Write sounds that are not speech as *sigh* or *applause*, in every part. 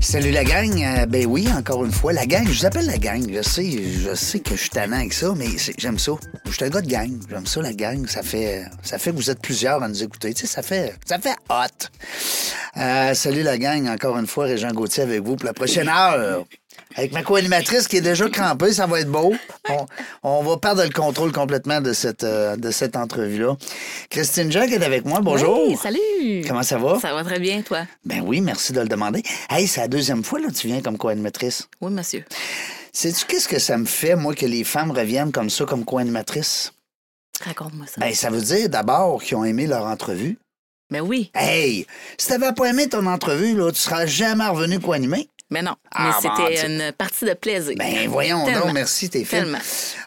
Salut la gang. Euh, ben oui, encore une fois, la gang. Je vous appelle la gang. Je sais, je sais que je suis tannant avec ça, mais c'est- j'aime ça. Je suis un gars de gang. J'aime ça, la gang. Ça fait, ça fait que vous êtes plusieurs à nous écouter. Tu sais, ça fait, ça fait hot. Euh, salut la gang. Encore une fois, Régent Gauthier avec vous pour la prochaine heure. Avec ma co-animatrice qui est déjà crampée, ça va être beau. On, on va perdre le contrôle complètement de cette, euh, de cette entrevue-là. Christine Jacques est avec moi. Bonjour. Oui, salut. Comment ça va? Ça va très bien, toi? Ben oui, merci de le demander. Hey, c'est la deuxième fois là, que tu viens comme co-animatrice. Oui, monsieur. Sais-tu qu'est-ce que ça me fait, moi, que les femmes reviennent comme ça, comme co-animatrices? Raconte-moi ça. Ben, ça veut dire d'abord qu'ils ont aimé leur entrevue. Mais oui, Hey, si t'avais pas aimé ton entrevue, là, tu seras jamais revenu co-animer. mais non. Ah, mais bon, c'était tu- une partie de plaisir. Ben, voyons Tellement. donc, merci, t'es fait. *laughs* Tellement.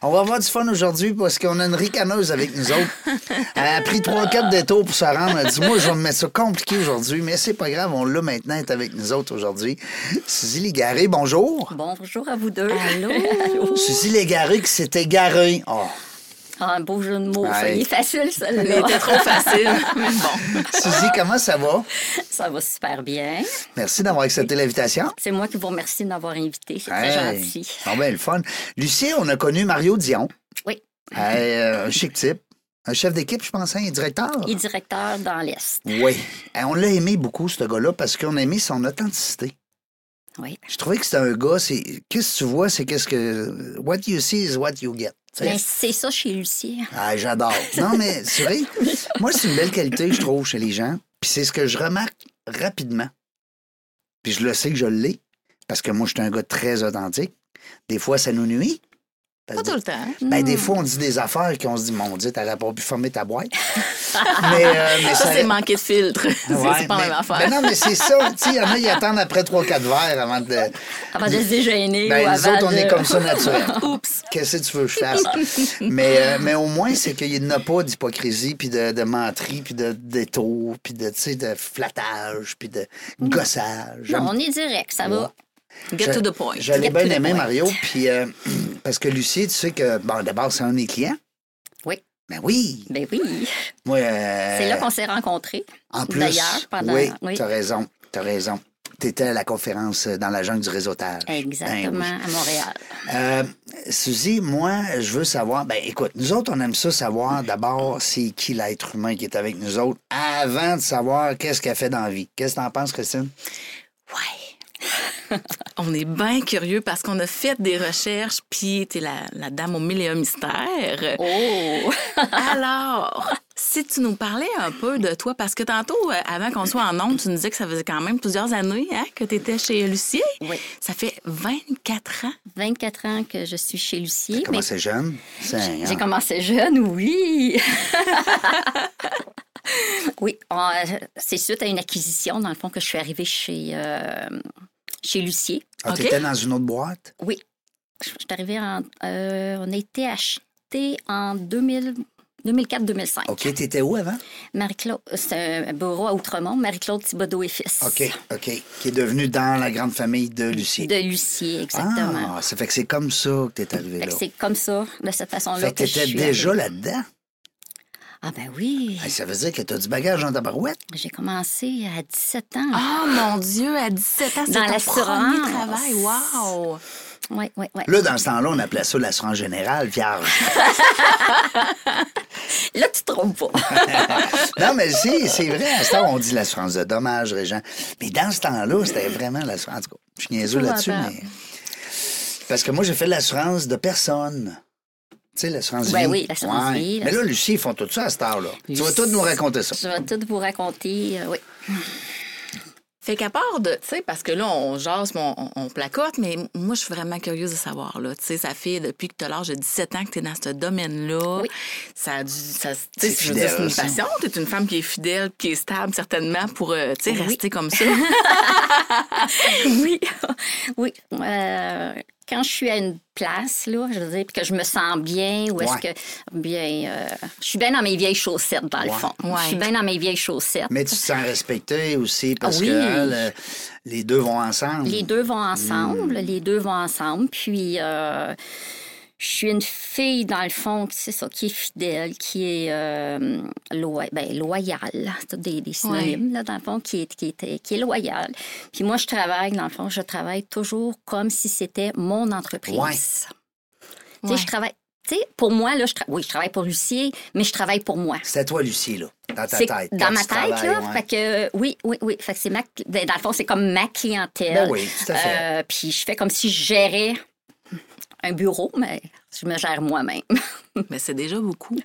On va avoir du fun aujourd'hui parce qu'on a une ricaneuse avec nous *laughs* autres. Elle a pris trois, quatre détours pour se rendre. Elle a dit, moi, je vais me mettre ça compliqué aujourd'hui, mais c'est pas grave, on l'a maintenant, elle est avec nous autres aujourd'hui. Suzy Légaré, bonjour. Bonjour à vous deux. Allô? Suzy Légaré qui s'est égarée. Oh. Ah, un beau jeu de mots. Ouais. Il est facile, *laughs* Il celle-là. était trop facile. *laughs* mais bon. *laughs* Suzy, comment ça va? Ça va super bien. Merci d'avoir accepté l'invitation. C'est moi qui vous remercie de m'avoir invité. C'est très Hey. gentil. Ah ben, le fun. Lucie, on a connu Mario Dion. Oui. Hey, euh, un chic type. Un chef d'équipe, je pense, hein, un directeur. Il est directeur dans l'Est. Oui. Hey, on l'a aimé beaucoup, ce gars-là, parce qu'on a aimé son authenticité. Oui. Je trouvais que c'était un gars, c'est. Qu'est-ce que tu vois, c'est qu'est-ce que. What you see is what you get. tu sais. Ben, c'est ça chez Lucien. Ah, j'adore. *laughs* Non, mais c'est vrai. Moi, c'est une belle qualité, je trouve, chez les gens. Puis c'est ce que je remarque rapidement. Puis je le sais que je l'ai, parce que moi, je suis un gars très authentique. Des fois, ça nous nuit. Parce Pas que- tout le temps. ben, des fois, on dit des affaires qu'on se dit, mon Dieu, t'aurais pas pu fermer ta *laughs* boîte. mais, euh, mais Ça, c'est manquer de *laughs* filtre. Ouais, ben, c'est pas la mais- même affaire. mais non, mais c'est ça. Tu sais, il y en a, ils attendent après 3-4 verres avant de. Avant de se dégêner ou Ben, nous avant autres, on de- est comme ça naturel. *laughs* Oups. Qu'est-ce que tu veux que je fasse? mais, euh, mais au moins, c'est qu'il n'y en a pas d'hypocrisie, puis de, de menterie, puis de détour, puis de, tu sais, de flattage, puis de gossage. *laughs* Mm. Non, on est direct, ça va. Get Je- to the point. J'allais Get bien to the aimer point. Mario, puis euh, *clears throat* parce que Lucie, tu sais que, bon, d'abord, c'est un de mes clients. Oui. Ben oui. Ben oui. Moi, euh, C'est là qu'on s'est rencontrés. En plus, D'ailleurs, pendant- oui, oui. t'as raison, t'as raison. T'étais à la conférence euh, dans la jungle du réseautage. Exactement, Ben à Montréal. *laughs* oui. Euh, Suzy, moi, je veux savoir... Ben, écoute, nous autres, on aime ça savoir d'abord c'est qui l'être humain qui est avec nous autres avant de savoir qu'est-ce qu'elle fait dans la vie. Qu'est-ce que t'en penses, Christine? Ouais. On est bien curieux parce qu'on a fait des recherches, puis t'es la, la dame au mille et un mystères. Oh! Alors, si tu nous parlais un peu de toi, parce que tantôt, euh, avant qu'on soit en ondes, tu nous disais que ça faisait quand même plusieurs années hein, que tu étais chez Lucier. Oui. Ça fait 24 ans. 24 ans que je suis chez Lucie. Comment c'est ah. jeune? Seigneur. J'ai commencé jeune, oui. oui, on- c'est suite à une acquisition, dans le fond, que je suis arrivée chez, euh, chez Lucier. Ah, Ok. t'étais dans une autre boîte? Oui, je je suis arrivée en... euh, on a été acheté en 2000 2004-2005. OK, t'étais où avant? Marie-Claude, c'est un bureau à Outremont, Marie-Claude Thibodeau et fils. OK, OK. Qui est devenue dans la grande famille de Lucie. De Lucier, exactement. Ah, ça fait que c'est comme ça que t'es arrivé Fait là. que c'est comme ça, de cette façon-là. Fait que que je t'étais suis déjà arrivée. là-dedans. Ah, ben oui. Hey, ça veut dire que t'as du bagage dans ta barouette. J'ai commencé à 17 ans. Ah. Oh mon Dieu, à 17 ans, c'est Dans ton l'assurance. premier travail. Wow! Oui, oui, oui. Là, dans ce temps-là, on appelait ça l'assurance générale, vierge. Là, tu te trompes pas. non, mais si, c'est vrai. À ce temps, on dit l'assurance de dommages, Régent. Mais dans ce temps-là, c'était vraiment l'assurance. En tout cas, je suis niaiseux là-dessus, Probable. mais. Parce que moi, j'ai fait l'assurance de personne. Tu sais, l'assurance Ben vie. oui, l'assurance vie, Mais là, Lucie, ils font tout ça à cette heure-là. Tu vas tout nous raconter ça. Je vais tout vous *laughs* raconter. euh, oui. Fait qu'à part de, tu sais, parce que là, on jase, mais on, on placote, mais moi, je suis vraiment curieuse de savoir, là. Tu sais, ça fait depuis que tu as l'âge de 17 ans que tu es dans ce domaine-là. Oui. Ça a dû. Ça, tu sais, C'est je veux dire, c'est fidèle, une ça. passion. Tu es une femme qui est fidèle, qui est stable, certainement, pour, euh, tu sais, *laughs* Oui. *laughs* rester comme ça. Oui. oui. Euh, quand je suis à une place, là, je veux dire, puis que je me sens bien, ou est-ce Ouais. que. Bien, euh, je suis bien dans mes vieilles chaussettes, dans le Ouais. fond. Ouais. Je suis bien dans mes vieilles chaussettes. Mais tu te sens respecté aussi parce Ah oui. que hein, le- les deux vont ensemble. Les deux vont ensemble, Mm. les deux vont ensemble. Puis, euh, je suis une fille, dans le fond, qui, c'est ça, qui est fidèle, qui est euh, loy- ben, loyale. C'est tous des, des synonymes, là, dans le fond, qui est, qui, est, qui est loyale. Puis moi, je travaille, dans le fond, je travaille toujours comme si c'était mon entreprise. Ouais. Tu sais, je travaille... Tu sais, pour moi, là, je tra- oui, je travaille pour Lucier, mais je travaille pour moi. C'est à toi, Lucie, là, dans ta C'est tête. dans quand ma tu tête, travailles, là. ouais. Fait que, euh, oui, oui, oui. Fait que c'est ma... ben, Dans le fond, c'est comme ma clientèle. Ben oui, tout à fait. Euh, puis je fais comme si je gérais un bureau, mais je me gère moi-même. *laughs* Mais c'est déjà beaucoup.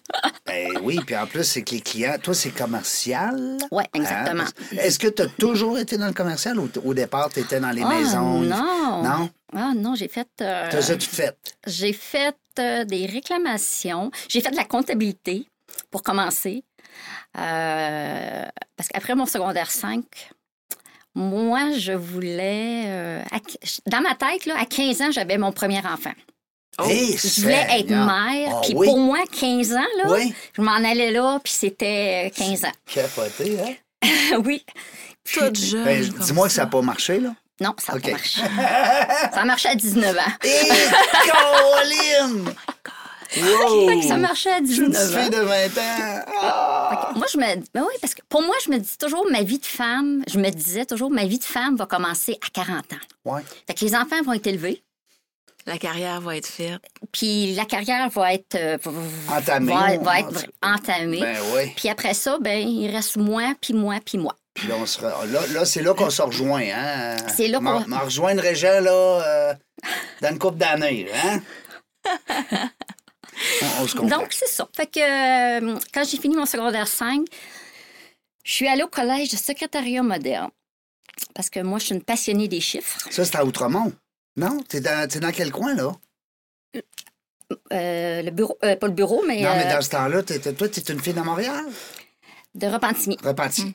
Ben oui, puis en plus, c'est que les clients, toi, c'est commercial. Ouais, hein, exactement. parce- Est-ce que tu as toujours été dans le commercial ou t- au départ, tu étais dans les Ah, maisons? non. Non? Ah non, j'ai fait, euh, Tu as tout fait. j'ai fait euh, des réclamations. J'ai fait de la comptabilité pour commencer. Euh, parce qu'après mon secondaire 5, moi, je voulais... euh, à qu- dans ma tête, là, à 15 ans, j'avais mon premier enfant. Oh, Hey, oh, Je voulais être Eh, Seigneur. mère. Ah puis oui. pour moi, 15 ans, là, Oui, je m'en allais là, puis c'était 15 ans. capoté, hein? *laughs* oui. Toute Ah, jeune. Ben, comme Dis-moi que ça n'a pas marché, là. Non, ça a Ok. pas marché. ça a marché à 19 ans. Et *laughs* Oh Caroline! Eh, Wow! Ça marchait à Je Oh. me 19 suis fait ans. de 20 ans. Ah! Fait que Moi, je me. ben oui, parce que pour moi, je me dis toujours, ma vie de femme, je me disais toujours, ma vie de femme va commencer à 40 ans. Ouais. Fait que les enfants vont être élevés, La carrière va être faite. puis la carrière va être. euh, va- va- Entamée, Va, ou- va être entamée. Ben oui. Puis après ça, ben, il reste moi, puis moi, puis moi. Puis là, on se re- là, là, c'est là qu'on se rejoint, hein? C'est là qu'on- On rejoindre Régent, là, euh, dans une couple d'années, *laughs* hein? on, on se comprend. Donc, c'est ça. Fait que euh, quand j'ai fini mon secondaire 5, je suis allée au collège de secrétariat moderne. Parce que moi, je suis une passionnée des chiffres. Ça, c'est à Outremont. Non? T'es dans, t'es dans quel coin, là? Euh, le bureau, euh, pas le bureau, mais, non, mais euh, dans ce temps-là, t'étais- toi, t'es une fille de Montréal? de Repentigny. Repentie.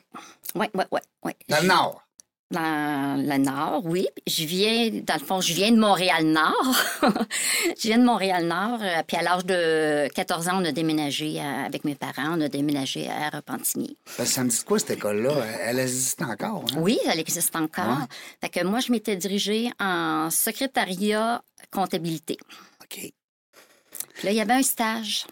Oui, oui, oui. Ouais. Dans le Nord. Dans le Nord, oui. Je viens, dans le fond, je viens de Montréal-Nord. *laughs* je viens de Montréal-Nord. euh, Puis à l'âge de 14 ans, on a déménagé à- avec mes parents. On a déménagé à Repentigny. Ben, ça me dit quoi, cette école-là? Elle existe encore, hein? Oui, elle existe encore. Fait que moi, je m'étais dirigée en secrétariat comptabilité. OK. Puis là, il y avait un stage.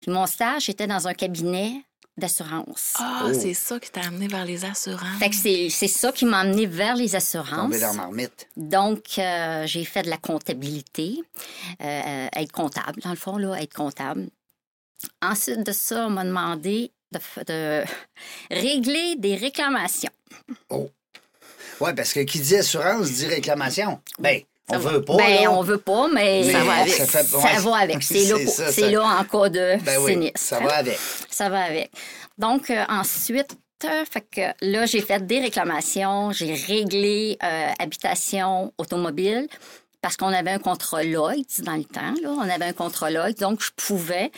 Puis mon stage était dans un cabinet d'assurance. Ah, Oh. c'est ça qui t'a amené vers les assurances. Fait que c'est c'est ça qui m'a amené vers les assurances. Tombé dans marmite. Donc, euh, j'ai fait de la comptabilité, euh, être comptable, dans le fond, là, être comptable. Ensuite de ça, on m'a demandé de, f- de *laughs* régler des réclamations. Oui, parce que qui dit assurance dit réclamation. Ben, on veut pas. ben, là. on veut pas, mais, Mais ça va avec. ça Ça, fait- ouais. va avec. C'est là, C'est pour- ça, c'est ça- là en cas de Ben oui, sinistre. hein? ça va avec. Ça va avec. Donc, euh, ensuite, euh, fait que là, j'ai fait des réclamations, j'ai réglé euh, habitation automobile parce qu'on avait un contrat Lloyd dans le temps. Là. On avait un contrat Lloyd, donc je pouvais.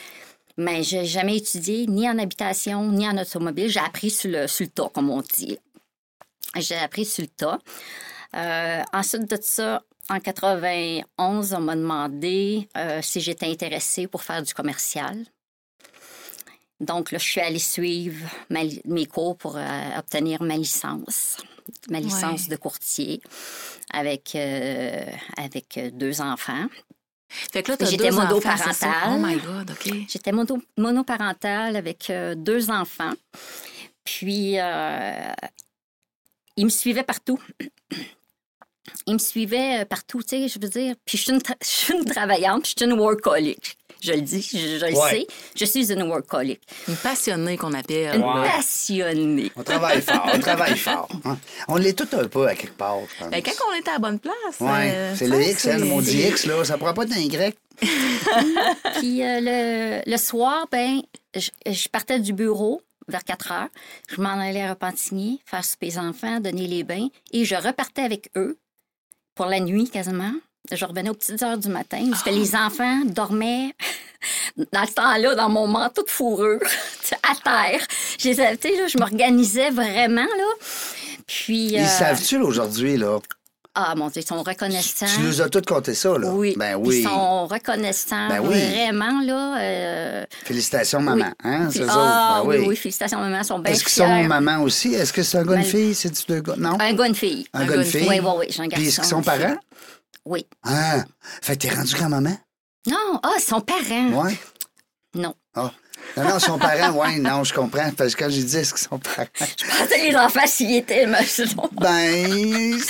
Mais j'ai jamais étudié ni en habitation ni en automobile. J'ai appris sur le, sur le tas, comme on dit. J'ai appris sur le tas. Euh, ensuite de ça, en 91, on m'a demandé euh, si j'étais intéressée pour faire du commercial. Donc, là, je suis allée suivre ma li- mes cours pour euh, obtenir ma licence, ma licence Ouais. de courtier avec, euh, avec euh, deux enfants. Fait que là, t'as J'étais deux enfants, monoparentale. c'est ça? Oh my God, OK. J'étais mono- monoparentale avec euh, deux enfants. Puis, euh, ils me suivaient partout. Ils me suivaient euh, partout, tu sais, je veux dire. Puis, je suis une, tra- *laughs* je suis une travaillante, puis je suis une workaholic. Je le dis, je, je le Ouais. sais. Je suis une workaholic. Une passionnée qu'on euh, appelle. Une là. passionnée. On travaille fort, on travaille fort. hein. On l'est tout un peu à quelque part, je pense. Ben, quand on était à la bonne place. Ouais, euh, c'est ça, le X, hein, c'est- le monde dit X, là, ça prend pas d'un Y. Puis euh, le, le soir, ben, je, je partais du bureau vers 4 heures. Je m'en allais à Repentigny, faire souper les enfants, donner les bains. Et je repartais avec eux pour la nuit quasiment. Je revenais aux petites heures du matin. Parce que les Ah! enfants dormaient *laughs* dans ce temps-là, dans mon manteau de fourrure, *laughs* à terre. Je, les avais- tu sais, là, je m'organisais vraiment. Là. Puis, euh, Ils savent-tu, là, aujourd'hui, là? Ah, mon Dieu, ils sont reconnaissants. Tu nous as tous compté ça, là. Hein? Oui. Ben oui. Ils sont reconnaissants. Ben oui. Vraiment, là. euh, Félicitations, maman. oui. Hein, ces ah, autres. Ben oui. oui, félicitations, maman. Ils sont bien Est-ce qu'ils sont fiers. maman aussi? Est-ce que c'est un gars, une Ben- fille? C'est-tu deux gars? Non? Un gars, une fille. Un gars, une fille? Oui, oui, oui, j'ai un garçon. Puis est-ce qu'ils sont une fille. parents? Oui. Ah! Fait que t'es rendu grand-maman? Non, ah, ils sont parents. Ouais. Non. Ah. Non, non, son parent, ouais, non, je comprends. Parce que quand j'ai dit est-ce qu'ils sont parents. Je pensais que Ah, les enfants, s'y étaient, *laughs* mais non. Ben. Oui,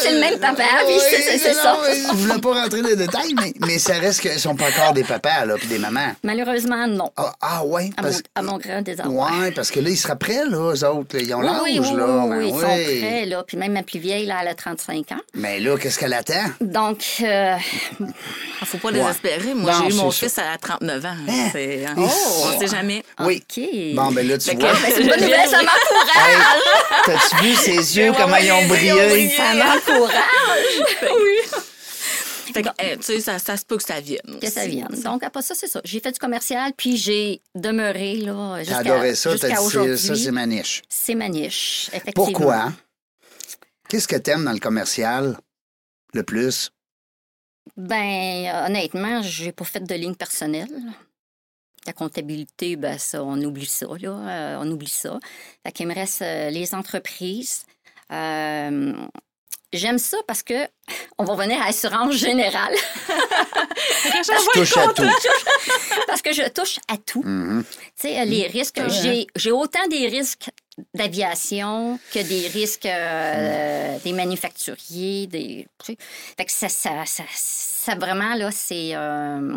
c'est le même papa, puis c'est- c'est- c'est ça. Je voulais pas rentrer dans les détails, mais, mais ça reste qu'ils sont pas encore des papas, là, puis des mamans. Malheureusement, non. Ah, ah ouais, À mon, parce à mon grand désarroi. Ouais, parce que là, ils seraient prêts, là, eux autres. là. Ils ont Oui, l'âge, oui, oui, là. oui, Ben oui, ils oui. sont prêts, là. Puis même ma plus vieille, là, elle a 35 ans. Mais là, qu'est-ce qu'elle attend? Donc, *laughs* euh, Il Ah, faut pas Ouais. désespérer. Moi, Non, j'ai eu mon c'est fils à 39 ans. Hein? C'est- euh, Oh. On sait jamais. Oui. OK. Bon, ben là, tu Fait que- vois. c'est une bonne nouvelle, ça m'encourage. Hey, T'as-tu vu *laughs* ses yeux, Ouais, comment ouais, ils ont les yeux, ils ont brillé? brillé. ça *laughs* m'encourage. oui. Fait que, eh, tu sais, ça, ça se peut que ça vienne. Que ça aussi. vienne. Donc, après ça, c'est ça. J'ai fait du commercial, puis j'ai demeuré, là, T'as jusqu'à adoré ça, t'as jusqu'à dit, c'est- aujourd'hui. ça, c'est ma niche. C'est ma niche, effectivement. Pourquoi? Qu'est-ce que t'aimes dans le commercial le plus? Ben, euh, honnêtement, j'ai pas fait de ligne personnelle. La comptabilité, ben ça, on oublie ça, là. euh, on oublie ça. Fait qu'il me reste euh, les entreprises. Euh, J'aime ça parce que *laughs* on va revenir à l'assurance générale Ah Tu touches à *laughs* tout. parce que je touche à tout. Mhm. Tu sais, euh, les risques, Ouais. j'ai- j'ai autant des risques d'aviation que des risques euh, des manufacturiers, des. tu sais. Fait que ça, ça, ça, ça vraiment, là, c'est. euh,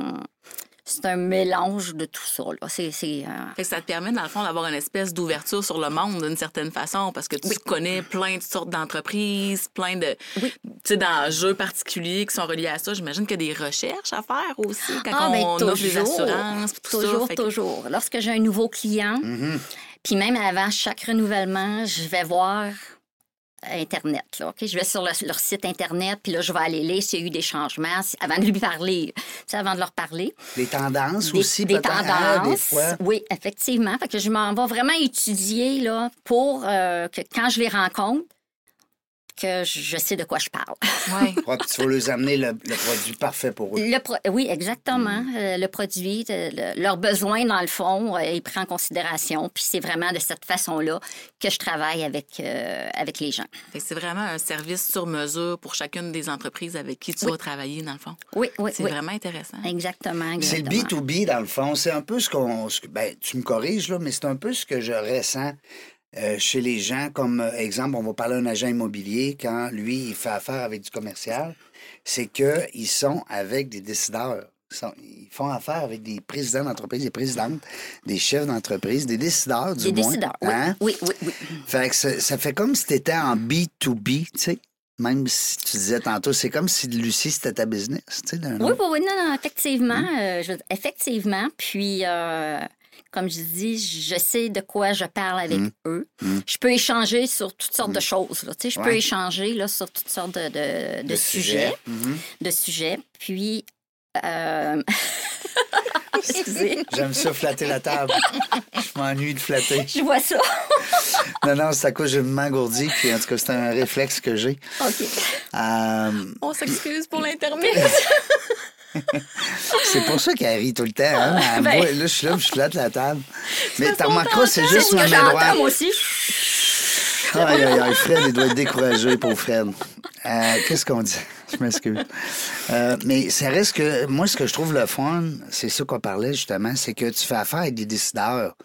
c'est un mélange de tout ça, là. C'est. c'est, euh, Fait que ça te permet, dans le fond, d'avoir une espèce d'ouverture sur le monde d'une certaine façon, parce que tu connais plein de sortes d'entreprises, plein de Oui. tu sais, d'enjeux particuliers qui sont reliés à ça. J'imagine qu'il y a des recherches à faire aussi quand Ah, ben, on offre les assurances, puis tout toujours, ça. Fait que- toujours. Lorsque j'ai un nouveau client, Mm-hmm. puis même avant chaque renouvellement, je vais voir Internet. Là, ok? Je vais sur le- leur site Internet, puis là, je vais aller lire s'il y a eu des changements, si- avant de lui parler, tu sais, avant de leur parler. Les tendances Des, aussi, des peut-être. Ah, tendances. des fois. Oui, effectivement. Fait que je m'en vais vraiment étudier là, pour euh, que quand je les rencontre, que je je sais de quoi je parle. Ouais. Ouais, puis tu vas leur amener le, le produit parfait pour eux. Le pro- Oui, exactement. Mm. Euh, le produit, euh, le- leurs besoins, dans le fond, euh, il prend en considération. Puis c'est vraiment de cette façon-là que je travaille avec, euh, avec les gens. Fait que c'est vraiment un service sur mesure pour chacune des entreprises avec qui tu vas travailler, dans le fond. Oui, oui, C'est oui. vraiment intéressant. Exactement. C'est le exactement. B2B, dans le fond. C'est un peu ce qu'on. ce que- Ben, tu me corriges, là, mais c'est un peu ce que je ressens euh, chez les gens. Comme, euh, exemple, on va parler à un agent immobilier quand lui, il fait affaire avec du commercial. C'est qu'ils sont avec des décideurs. Ils, sont- ils font affaire avec des présidents d'entreprise, des présidentes, des chefs d'entreprise, des décideurs, du Des moins. décideurs. Oui, Hein? oui, oui, oui. Fait que ça, ça fait comme si t'étais en B2B, tu sais. Même si tu disais tantôt, c'est comme si Lucie, c'était ta business, tu sais, d'un Oui, autre. oui, oui, non, non, effectivement. Mm. euh, je veux dire, effectivement. Puis, euh, comme je dis, je sais de quoi je parle avec Mm. eux. Je peux échanger sur toutes sortes de choses. là, tu sais, Je peux Ouais. échanger là, sur toutes sortes de, de- de Le sujets. sujet. Mhm. De sujets. Puis, euh, excusez, J'aime ça flatter la table. Je m'ennuie de flatter. je vois ça. Non, non, c'est à cause que je m'engourdis, puis en tout cas, c'est un réflexe que j'ai. OK. Euh, On s'excuse pour l'intermède. c'est pour ça qu'elle rit tout le temps. Hein? Elle me Ben. voit, là, je suis là, puis je flatte la table. Mais t'en qu'on remarqueras, c'est C'est juste ce ma que main j'entends, droite. moi aussi. Aïe, aïe, aïe, Fred, il doit être découragé, pauvre Fred. Euh, Qu'est-ce qu'on dit? *laughs* Je m'excuse. Euh, mais ça reste que, moi, ce que je trouve le fun, c'est ça qu'on parlait justement, c'est que tu fais affaire avec des décideurs.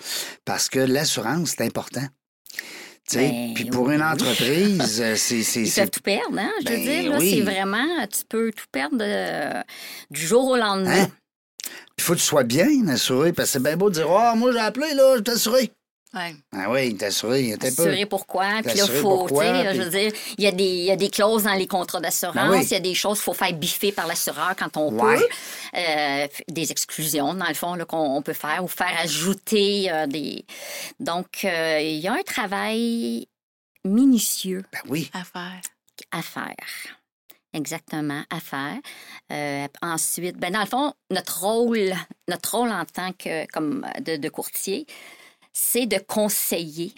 Parce que l'assurance, c'est important. Tu sais, Ben, puis pour une entreprise, euh, c'est. c'est- Ils c'est- peuvent tout perdre, hein? Je veux Ben dire, là, oui. c'est vraiment, tu peux tout perdre euh, du jour au lendemain. Hein? Il faut que tu sois bien assuré, parce que c'est bien beau de dire Ah, moi j'ai appelé, là, je t'ai assuré. *laughs* Ouais. Ah oui, t'es assuré, t'es pas. Assurer pourquoi, puis là, Assurer faut, tu pourquoi, sais, puis- je veux dire, il y, a des- il y a des clauses dans les contrats d'assurance, Ben oui. il y a des choses qu'il faut faire biffer par l'assureur quand on Ouais. peut, euh, des exclusions, dans le fond, là, qu'on on peut faire, ou faire ajouter euh, des... Donc, euh, il y a un travail minutieux Ben oui. À faire. à faire. Exactement, à faire. Euh, ensuite, ben dans le fond, notre rôle, notre rôle en tant que comme de, de courtier, c'est de conseiller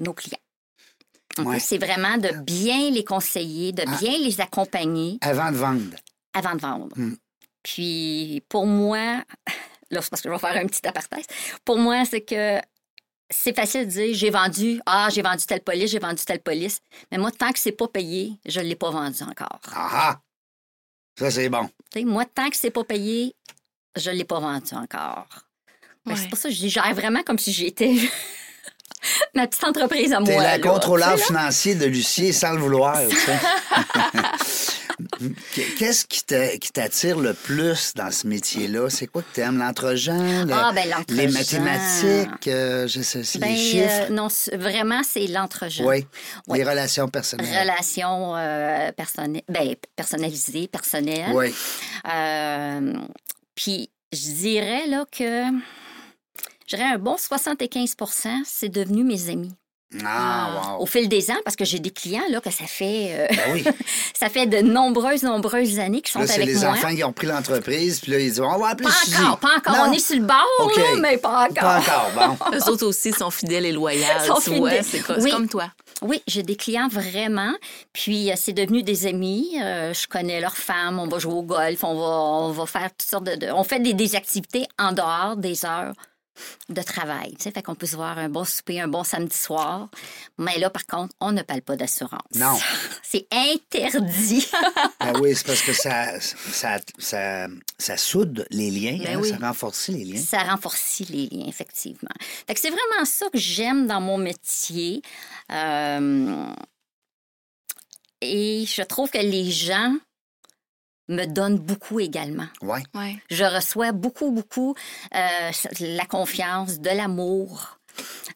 nos clients. un peu. Ouais. C'est vraiment de bien les conseiller, de bien les accompagner Avant de vendre. avant de vendre. Mm. Puis pour moi, *laughs* là, c'est parce que je vais faire un petit apartheid. Pour moi, c'est que c'est facile de dire j'ai vendu, ah, j'ai vendu telle police, j'ai vendu telle police. Mais moi, tant que c'est pas payé, je ne l'ai pas vendu encore. Ah ah! Ça, c'est bon. Tu sais, moi, tant que c'est pas payé, je ne l'ai pas vendu encore. Fait que Ouais. C'est pour ça que je gère vraiment comme si j'étais *laughs* ma petite entreprise à moi. T'es la là. contrôleur Tu sais, là. financier de Lucier sans le vouloir. tu *laughs* sais. Qu- Qu'est-ce qui t'a- qui t'attire le plus dans ce métier-là? C'est quoi que t'aimes? L'entre-gens? le- Ah, ben, l'entre-gens. les mathématiques? euh, je sais, c'est Ben, les euh, chiffres? non, c'est- vraiment, c'est l'entre-gens. oui. oui. Les relations personnelles. Relations euh, personnelles, ben, personnalisées, personnelles. oui. Euh, puis je dirais là que j'aurais un bon 75 c'est devenu mes amis. Ah, wow. Au fil des ans, parce que j'ai des clients là que ça fait euh, *laughs* Ben oui. ça fait de nombreuses nombreuses années qu'ils sont Là, c'est avec les moi. enfants qui ont pris l'entreprise, puis là, ils disent on va appeler Pas Suzy. encore, pas encore. Non, On est sur le bord, OK. là, mais pas encore. Pas encore, bon. Eux autres aussi sont fidèles et loyales, Sont tu vois, fidèles. c'est co- Oui. c'est comme toi. Oui, j'ai des clients vraiment. Puis euh, c'est devenu des amis. Euh, je connais leurs femmes. On va jouer au golf. On va, on va faire toutes sortes de. de- on fait des, des activités en dehors des heures de travail. Tu sais, fait qu'on peut se voir un bon souper, un bon samedi soir. Mais là, par contre, on ne parle pas d'assurance. Non. *laughs* C'est interdit. Ben oui, c'est parce que ça, ça, ça, ça soude les liens, Ben hein, oui. ça renforce les liens. Ça renforcit les liens, effectivement. Fait que c'est vraiment ça que j'aime dans mon métier. Euh, et je trouve que les gens me donnent beaucoup également. Ouais. Ouais. Je reçois beaucoup, beaucoup euh, la confiance, de l'amour.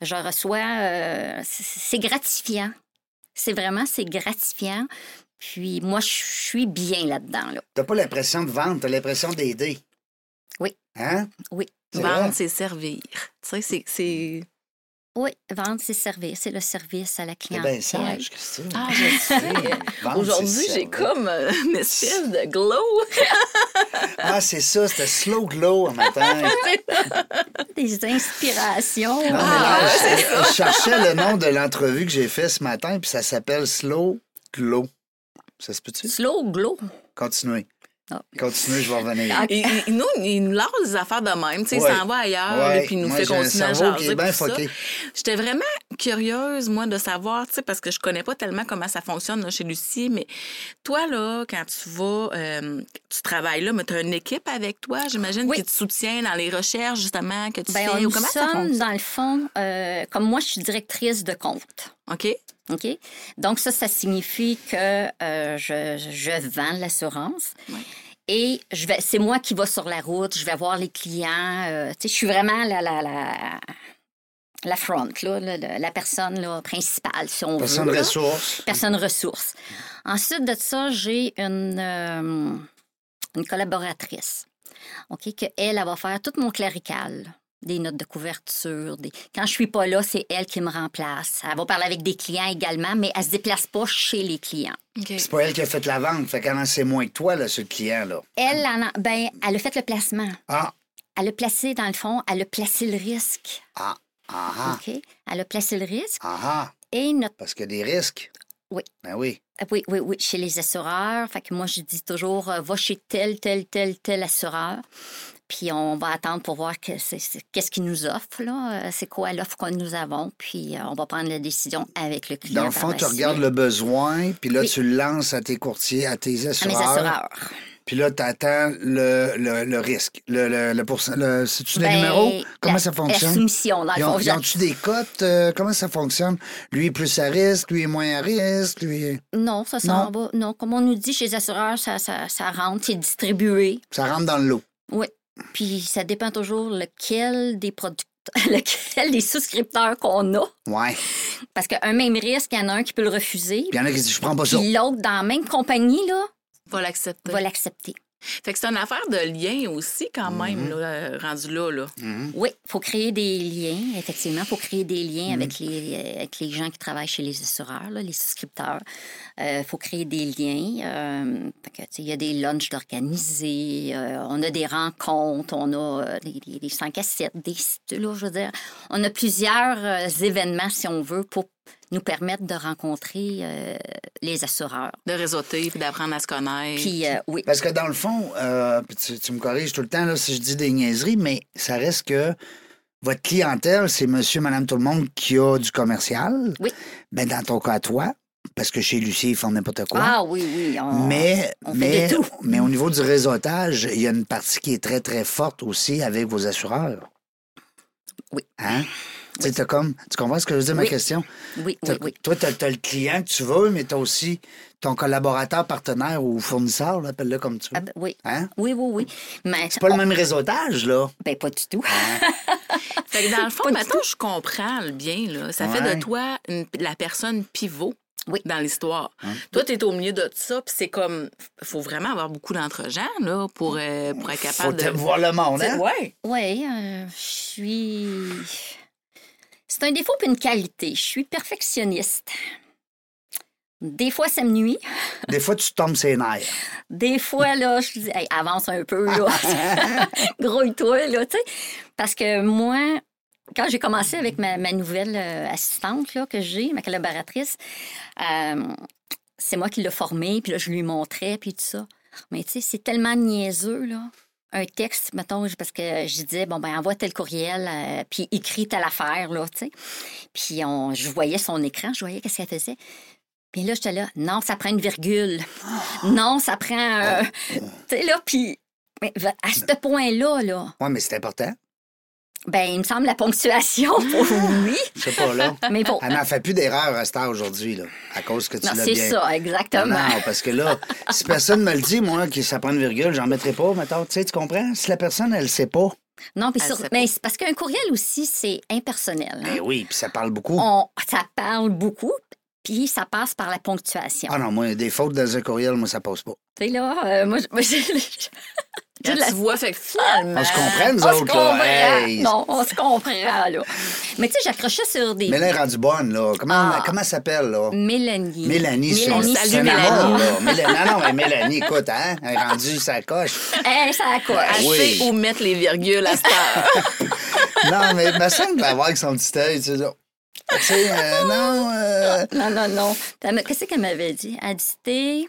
Je reçois... euh, c- c'est gratifiant. C'est vraiment, c'est gratifiant. Puis moi, je suis bien là-dedans. Là. T'as pas l'impression de vendre, t'as l'impression d'aider. Oui. Hein? Oui. C'est Vendre, vrai. c'est servir. Tu sais, c'est- c'est. Oui, vendre, c'est servir. C'est le service à la C'est clientèle. Eh bien sage, Christine. Ah, je *laughs* sais. Vendre, Aujourd'hui, Ah, c'est j'ai servir. comme euh, une espèce de glow. Ah, c'est ça, c'était slow glow un *laughs* matin. Des inspirations. Ah, Non, Ah, mais là, Ah, je, je cherchais le nom de l'entrevue que j'ai fait ce matin, puis ça s'appelle Slow Glow. Ça se peut-tu? Slow glow. Continuez. Ah. Continuez, je vais revenir. Ah, Il, il- nous, il nous lance des affaires de même. Tu sais, Ouais. Il s'en va ailleurs, Ouais, et puis il nous moi, fait j'ai un continuer à cerveau qui est jaser. bien puis tout ça. fucké. J'étais vraiment curieuse, moi, de savoir, tu sais, parce que je connais pas tellement comment ça fonctionne là, chez Lucie, mais toi, là, quand tu vas, euh, tu travailles là, mais tu as une équipe avec toi, j'imagine, Oui. qui te soutient dans les recherches, justement, que tu Ben, fais. nous ou comment ça sommes, fonctionne? dans le fond, euh, comme moi, je suis directrice de compte. OK? OK? Donc, ça, ça signifie que euh, je, je vends l'assurance. Ouais. Et je vais, c'est moi qui va sur la route, je vais voir les clients. euh, tu sais, je suis vraiment la, la, la, la front, là, la, la- la personne là, principale, si on Personne veut. là. ressource. personne ressource. Ensuite de ça, j'ai une, euh, une collaboratrice, OK, que elle, elle va faire tout mon clérical, des notes de couverture. Des... Quand je suis pas là, c'est elle qui me remplace. Elle va parler avec des clients également, mais elle se déplace pas chez les clients. OK. C'est pas elle qui a fait la vente, fait qu'elle en sait moins que toi, là, sur le client, là. Elle, elle, en- ben, elle a fait le placement. Ah, Elle a placé, dans le fond, elle a placé le risque. ah, ah, ah, OK? Elle a placé le risque. ah, ah, Et notre parce qu'il y a des risques. Oui. Ben oui. Ah Oui, oui, oui, chez les assureurs. Fait que moi, je dis toujours, euh, va chez tel, tel, tel, tel assureur. Puis on va attendre pour voir que c'est- c'est- qu'est-ce qu'ils nous offrent, là. Euh, C'est quoi l'offre que nous avons. Puis euh, on va prendre la décision avec le client. Dans le fond, par tu la regardes suite. le besoin, puis là, Oui. tu le lances à tes courtiers, à tes À mes assureurs. assureurs. Puis là, tu attends le, le, le risque. Le, le, le pourcent- le- C'est-tu des Ben, numéros? Comment la- ça La fonctionne? soumission, dans le Ils fond. ont, Je- ils ont-tu des cotes? euh, comment ça fonctionne? Lui est plus à risque, lui est moins à risque, lui est- Non, ça s'en va. Non, comme on nous dit chez les assureurs, ça, ça, ça rentre, c'est distribué. Ça rentre dans le lot. Oui. Puis ça dépend toujours lequel des producteurs, *laughs* lequel des souscripteurs qu'on a. Ouais. Puis Parce qu'un même risque, il y en a un qui peut le refuser, il y en a qui disent, je prends pas ça. puis l'autre, dans la même compagnie, là, Va l'accepter. va l'accepter. Fait que c'est une affaire de lien aussi, quand même, là, euh, rendu là, là. Oui, il faut créer des liens, effectivement. Il faut créer des liens avec, les, euh, avec les gens qui travaillent chez les assureurs, là, les souscripteurs. Il faut créer des liens. euh, fait que, tu sais, Il y a des lunchs d'organiser, euh, on a des rencontres, on a euh, des, des, des 100 cassettes, des... là, je veux dire, on a plusieurs euh, événements, si on veut, pour nous permettent de rencontrer euh, les assureurs. De réseauter puis d'apprendre à se connaître. Puis, euh, oui. Parce que dans le fond, euh, puis tu, tu me corriges tout le temps là, si je dis des niaiseries, mais ça reste que votre clientèle, c'est monsieur, madame, tout le monde qui a du commercial. Oui. Ben, dans ton cas, à toi, parce que chez Lucie, ils font n'importe quoi. Ah oui, oui. on- Mais, on fait mais, des tout. mais au niveau du réseautage, il y a une partie qui est très, très forte aussi avec vos assureurs. Oui. Hein? Tu sais, t'as comme, tu comprends ce que je veux dire, ma Oui. question? Oui, T'as- oui, oui. Toi, tu as, le client que tu veux, mais tu as aussi ton collaborateur, partenaire ou fournisseur, là, appelle-le comme tu veux. Ah, ben, oui. Hein? Oui, oui, oui. Mais C'est pas le même réseautage, là. ben, pas du tout. *laughs* Fait que dans le fond, Pas du maintenant, je comprends le bien. Là. Ça fait Ouais. de toi une- la personne pivot Oui. dans l'histoire. Toi, tu es au milieu de ça, puis c'est comme... faut vraiment avoir beaucoup d'entre-gens là, pour, euh, pour être Faut capable de... t'aimer voir le monde, hein? Ouais. Oui, euh, je suis. C'est un défaut puis une qualité. Je suis perfectionniste. Des fois, ça me nuit. Des fois, tu tombes ses nerfs. Des fois, là, je dis, Hey, avance un peu, là. *laughs* Grouille-toi, là, tu sais. Parce que moi, quand j'ai commencé avec ma, ma nouvelle euh, assistante, là, que j'ai, ma collaboratrice, euh, c'est moi qui l'ai formée, puis là, je lui montrais, puis tout ça. Mais tu sais, c'est tellement niaiseux, là. Un texte, mettons, parce que je disais, bon, ben, envoie tel courriel, euh, puis écris telle affaire, là, tu sais. Puis on, je voyais son écran, je voyais qu'est-ce qu'elle faisait. Puis là, j'étais là, non, ça prend une virgule. Non, ça prend. Ah. euh, tu sais, là, puis. mais à ce point-là, là, Ouais, mais c'est important. ben, il me semble *laughs* la ponctuation pour oui, Je sais pas, *laughs* là. mais bon. Elle n'en fait plus d'erreurs à cette heure aujourd'hui, là, à cause que Ah, tu Non, l'as c'est bien. Ah. ça, Non, exactement. non, parce que là, si personne me le dit, moi, que ça prend une virgule, j'en mettrai pas, mettons. Tu sais, tu comprends? Si la personne, elle sait pas, Non, puis Elle sur- sait pas. mais c'est parce qu'un courriel aussi, c'est impersonnel. hein. ben oui, puis ça parle beaucoup. On, ça parle beaucoup, puis ça passe par la ponctuation. Ah non, moi, des fautes dans un courriel, moi, ça passe pas. Tu sais, là, euh, moi, je- moi, *laughs* j'ai- j'ai Quand de la- tu vois, fait que finalement... On se comprend, nous Ben, on se autres, comprend. hein. là. Hey, Non, on se comprend, là. Mais tu sais, j'accrochais sur des. Mais là, elle est rendue bonne, là. Comment, Ah. comment elle s'appelle, là? Mélanie. Mélanie, c'est un- Mélanie, salut, c'est un Mélanie. amour, là. Mélanie, non, non, mais Mélanie, écoute, hein, elle est rendue sa coche. Hey, ça accroche. Elle Oui. sait où mettre les virgules à cette heure. Non, mais il me semble avoir avec son petit œil, tu sais, là. Tu sais, euh, non, euh, Non, non, non. Puis elle me- Qu'est-ce qu'elle m'avait dit? Elle dit T'es.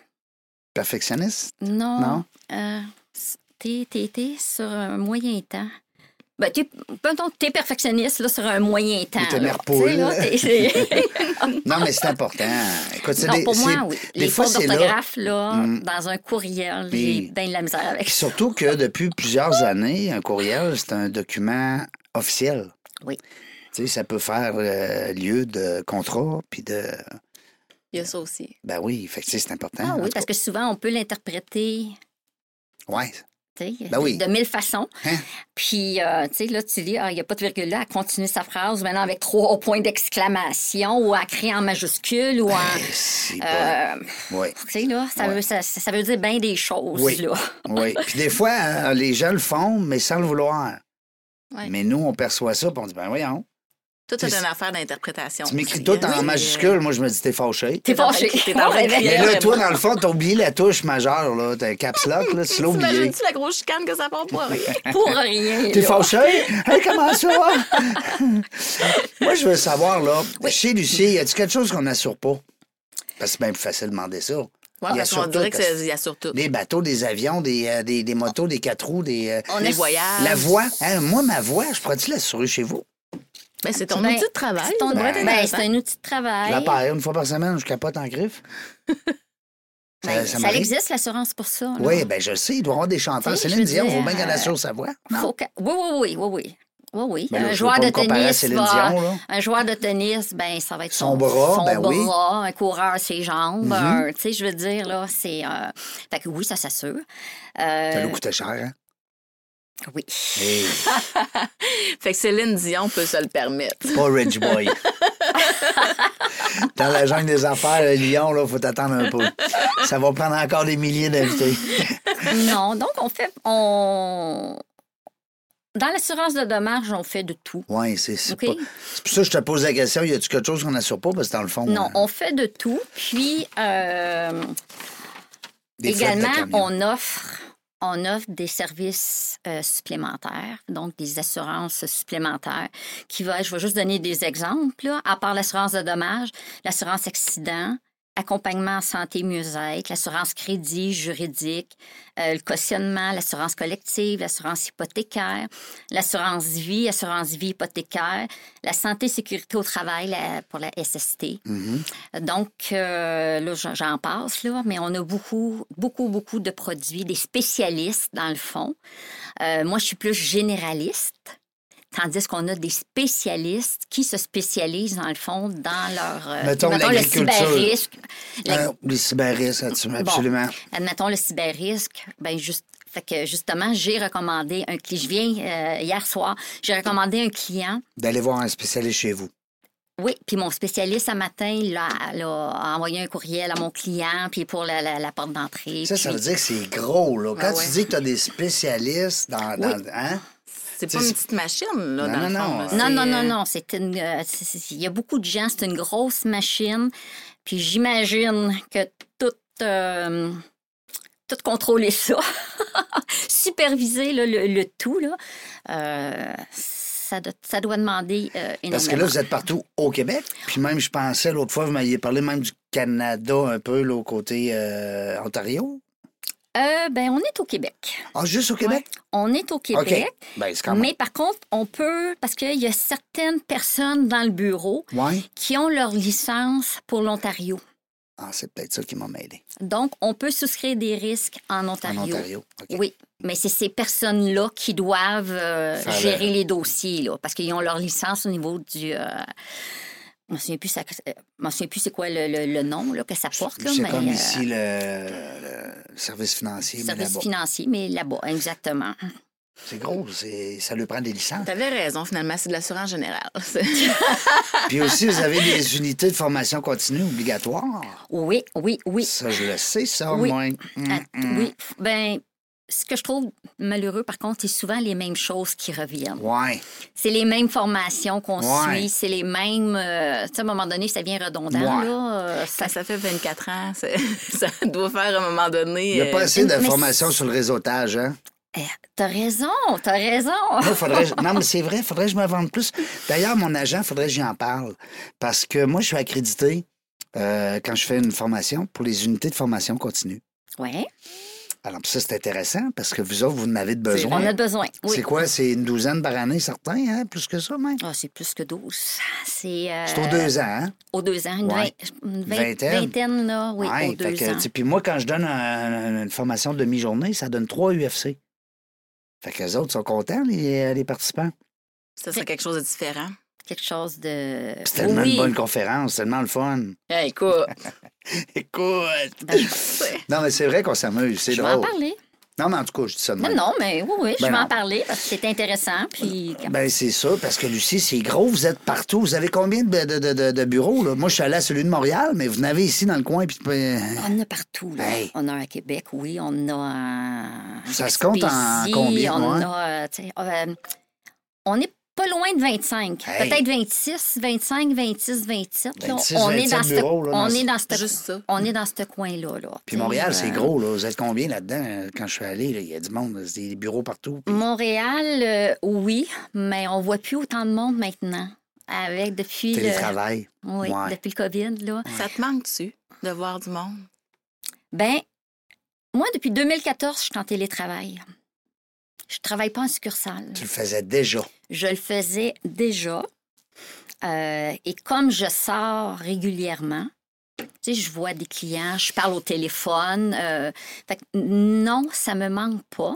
perfectionniste. Non. Non. euh, t'es, t'es- t'es sur un moyen temps. Ben, t'es, mettons, t'es perfectionniste là, sur un moyen temps. t'es là. mère poule. Tu sais, là, *laughs* t'es- c'est- *laughs* Non, mais c'est important. Écoute, c'est non, des- pour c'est- moi, oui. des Les fois, fautes c'est là. d'orthographe, là, Mm. dans un courriel, Puis- j'ai bien de la misère avec ça. Surtout que depuis plusieurs années, un courriel, c'est un document officiel. Oui. Tu sais, ça peut faire euh, lieu de contrat, puis de... *laughs* Il y a ça aussi. Ben oui, fait que, tu sais, c'est important. Ah En oui, tout parce que souvent, on peut l'interpréter cas. Ouais. tu sais, Ben oui. de mille façons. Hein? Puis, euh, tu sais, là, tu lis, Ah, il n'y a pas de virgule là, elle continue sa phrase maintenant avec trois points d'exclamation ou à créer en majuscule ou en. Eh, c'est euh, bon. Ouais. Tu sais, là, ça, Ouais. veut, ça, ça veut dire bien des choses, Oui. là. Oui. Puis des fois, hein, les gens le font, mais sans le vouloir. Ouais. Mais nous, on perçoit ça, puis on dit, ben voyons. Tout Tu- est une affaire d'interprétation. Tu m'écris aussi, tout hein. en majuscule. Moi, je me dis, t'es fâché. T'es T'es en train fâché. de- t'es en train de Ouais, crier. Mais là, vraiment. toi, dans le fond, t'as oublié la touche majeure, là. T'as un caps lock, là, *laughs* tu l'as oublié. T'imagines-tu la grosse chicane que ça part pour rien? pour rien. T'es là. fâché? Hey, comment ça? Moi, je veux savoir, là, chez Lucie, y a-tu quelque chose qu'on n'assure pas? Parce que c'est bien plus facile de demander ça. Ouais, Il parce assure qu'on dirait que tout, parce- c'est- il y a surtout. Des bateaux, des avions, des, euh, des, des motos, des quatre roues, des. euh, On Les est- voyages. La voix, hein, moi, ma voix, je pourrais-tu l'assurer chez vous? Ben, c'est ton Ben, outil de travail. C'est ton- ça doit être ben, intéressant. c'est un outil de travail. La paire, une fois par semaine, je capote en *laughs* griffe. Ben, ça m'arrive. existe, l'assurance, pour ça. là. Oui, ben je le sais, il doit y avoir des chanteurs. Tu sais, Céline je veux Dion, dire, faut bien qu'elle euh, assure sa voix. Non? Faut que- Oui, oui, oui, oui, oui. Oui, oui. Ben là, je un veux joueur pas de me comparer à tennis. Céline va- Dion, là. Un joueur de tennis, ben ça va être Son son, bras, son ben oui. Mm-hmm. bras, un coureur, ses jambes. un- Tu sais, je veux dire, là, c'est. euh, Fait que oui, ça s'assure. Euh, Ça nous coûtait cher, hein? Oui. Hey, *laughs* Fait que Céline Dion peut se le permettre. pas Rich Boy. Dans la jungle des affaires, le Lyon, là, faut t'attendre un peu. Ça va prendre encore des milliers d'invités. non, donc on fait. On... Dans l'assurance de dommages, on fait de tout. Oui, c'est c'est OK. pas- c'est pour ça que je te pose la question, y a-tu quelque chose qu'on n'assure pas? Parce que dans le fond, Non, euh, on fait de tout. Puis, euh, des flottes de également, camions. on offre On offre des services euh, supplémentaires, donc des assurances supplémentaires, qui va, je vais juste donner des exemples, là. à part l'assurance de dommages, l'assurance accident, accompagnement en santé mieux-être, l'assurance crédit juridique, euh, le cautionnement, l'assurance collective, l'assurance hypothécaire, l'assurance vie, assurance vie hypothécaire, la santé sécurité au travail la- pour la SST. Mm-hmm. Donc euh, là j'en- j'en passe là, mais on a beaucoup beaucoup beaucoup de produits des spécialistes dans le fond. Euh, moi je suis plus généraliste. Tandis qu'on a des spécialistes qui se spécialisent, dans le fond, dans leur... euh, Mettons le l'agriculture. cyberrisque. La- Ah, les cyberrisques, absolument. Bon. absolument. admettons le cyberrisque, ben juste fait que justement, j'ai recommandé un client. Je viens euh, hier soir, j'ai recommandé un client. D'aller voir un spécialiste chez vous. Oui, puis mon spécialiste ce matin, il a, il a envoyé un courriel à mon client, puis pour la, la- la porte d'entrée. Ça, ça puis- veut dire que c'est gros, là. Quand Ah tu ouais. dis que tu as des spécialistes dans. dans- hein? C'est pas une petite machine, là, Non, non, dans le fond. non. là. Non, C'est, non, non, euh, non. C'est une. euh, c'est- c'est- Il y a beaucoup de gens. C'est une grosse machine. Puis j'imagine que tout. euh, tout contrôler ça, *laughs* superviser là, le, le tout, là, euh, ça, doit, ça doit demander euh, énormément. Parce que là, vous êtes partout au Québec. Puis même, je pensais, l'autre fois, vous m'aviez parlé même du Canada un peu, là, au côté euh, Ontario. Euh, ben, on est au Québec. Ah, juste au Québec? On est au Québec. OK. Ben, c'est quand même. Mais par contre, on peut, parce qu'il y a certaines personnes dans le bureau Ouais. qui ont leur licence pour l'Ontario. Ah, c'est peut-être ça qui m'a mêlé. Donc, on peut souscrire des risques en En Ontario. Ontario. OK. Oui, mais c'est ces personnes-là qui doivent euh, Faire gérer les dossiers, là, parce qu'ils ont leur licence au niveau du... euh, Je ne me souviens plus, ça- euh, je me souviens plus c'est quoi le, le- le nom là, que ça porte. là, C'est mais, comme euh, ici le, le service financier, mais Service là-bas. financier, mais là-bas, exactement. C'est gros, c'est- ça lui prend des licences. T'avais raison, finalement, c'est de l'assurance générale. *laughs* C'est- Puis aussi, vous avez des unités de formation continue obligatoires. Oui, oui, oui. Ça, je le sais, ça, Oui. moi. Mm, Ah, mm. Oui, ben, ce que je trouve malheureux, par contre, c'est souvent les mêmes choses qui reviennent. Ouais. C'est les mêmes formations qu'on Ouais. suit, c'est les mêmes. euh, tu sais, à un moment donné, ça devient redondant, Ouais. là. euh, Ça, ça- ça fait 24 ans. c'est- Ça *laughs* doit faire à un moment donné. Il n'y a pas euh, assez de mais formation c'est- sur le réseautage, hein? Eh, T'as raison, t'as raison. Moi, faudrait... Non, mais c'est vrai, faudrait que je me vende plus. D'ailleurs, mon agent, faudrait que j'y en parle. Parce que moi, je suis accrédité euh, quand je fais une formation pour les unités de formation continue. Oui, Alors, ça, c'est intéressant parce que vous autres, vous en avez de C'est besoin. on a besoin. Oui. C'est quoi? C'est une douzaine par année, certain, hein? Plus que ça, même. Ah, c'est plus que 12. C'est euh, C'est aux deux ans, hein? aux deux ans, une, Ouais. vingt- une vingt- Vingtaine. vingtaine. là, oui, Ouais, aux fait deux que, ans. tu sais, Puis moi, quand je donne un- un- une formation de demi-journée, ça donne trois UFC. Fait que les autres sont contents, les, les participants. Ça serait quelque chose de différent. Quelque chose de. C'est tellement oui. une bonne conférence, c'est tellement le fun. *laughs* Hey, écoute, Écoute! *laughs* Ben, Non, mais c'est vrai qu'on s'amuse, c'est je vais en drôle. parler. Non, mais en tout cas, je dis ça de Non, même. non, mais oui, oui, je Ben vais non. en parler parce que c'est intéressant. Puis, Ben, c'est ça, parce que Lucie, c'est gros, vous êtes partout. Vous avez combien de, de- de- de- de bureaux, là? Moi, je suis allé à celui de Montréal, mais vous en avez ici dans le coin, puis euh, on en a partout. Là. Hey. On en a à Québec, oui, on en a. à Ça se compte en Gaspésie, combien, On ouais? en a, euh, tu sais, euh, on est pas loin de 25, Hey. peut-être 26, 25, 26 27. là. 26, on est 27 dans ce bureaux, là, dans on ce- est dans ce juste ça. on est dans ce coin-là. là. Puis Montréal, Euh, c'est gros, là. Vous êtes combien là-dedans? euh, Quand je suis allé, là, il y a du monde, c'est des bureaux partout. puis- Montréal, euh, oui, mais on voit plus autant de monde maintenant. Avec depuis le, Télétravail. oui, ouais. depuis le COVID. Là. Ça te manque-tu de voir du monde? Ben, moi, depuis 2014, je suis en télétravail. Je travaille pas en succursale. Tu le faisais déjà. Je le faisais déjà. Euh, et comme je sors régulièrement, tu sais, je vois des clients, je parle au téléphone. euh, fait que non, ça me manque pas.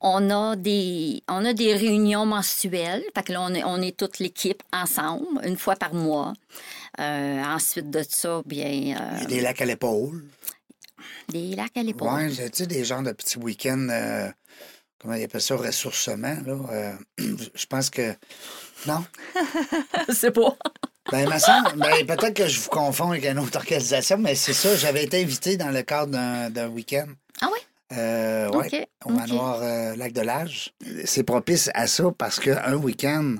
On a des, on a des réunions mensuelles. Fait que là, on est, on est toute l'équipe ensemble, une fois par mois. Euh, ensuite de ça, bien, Il y euh, a des lacs à l'épaule. des lacs à l'épaule. Ouais, *laughs* tu sais, des genres de petits week-ends, euh, comment ils appellent ça, ressourcement, là. euh, *clears throat* je pense que. Non? C'est pas. Ben, ma *laughs* sœur, ben, peut-être que je vous confonds avec une autre organisation, mais c'est ça, j'avais été invité dans le cadre d'un, d'un week-end. Ah ouais? Euh, ouais, Ok, Au ok. manoir euh, Lac de l'Age. C'est propice à ça parce qu'un week-end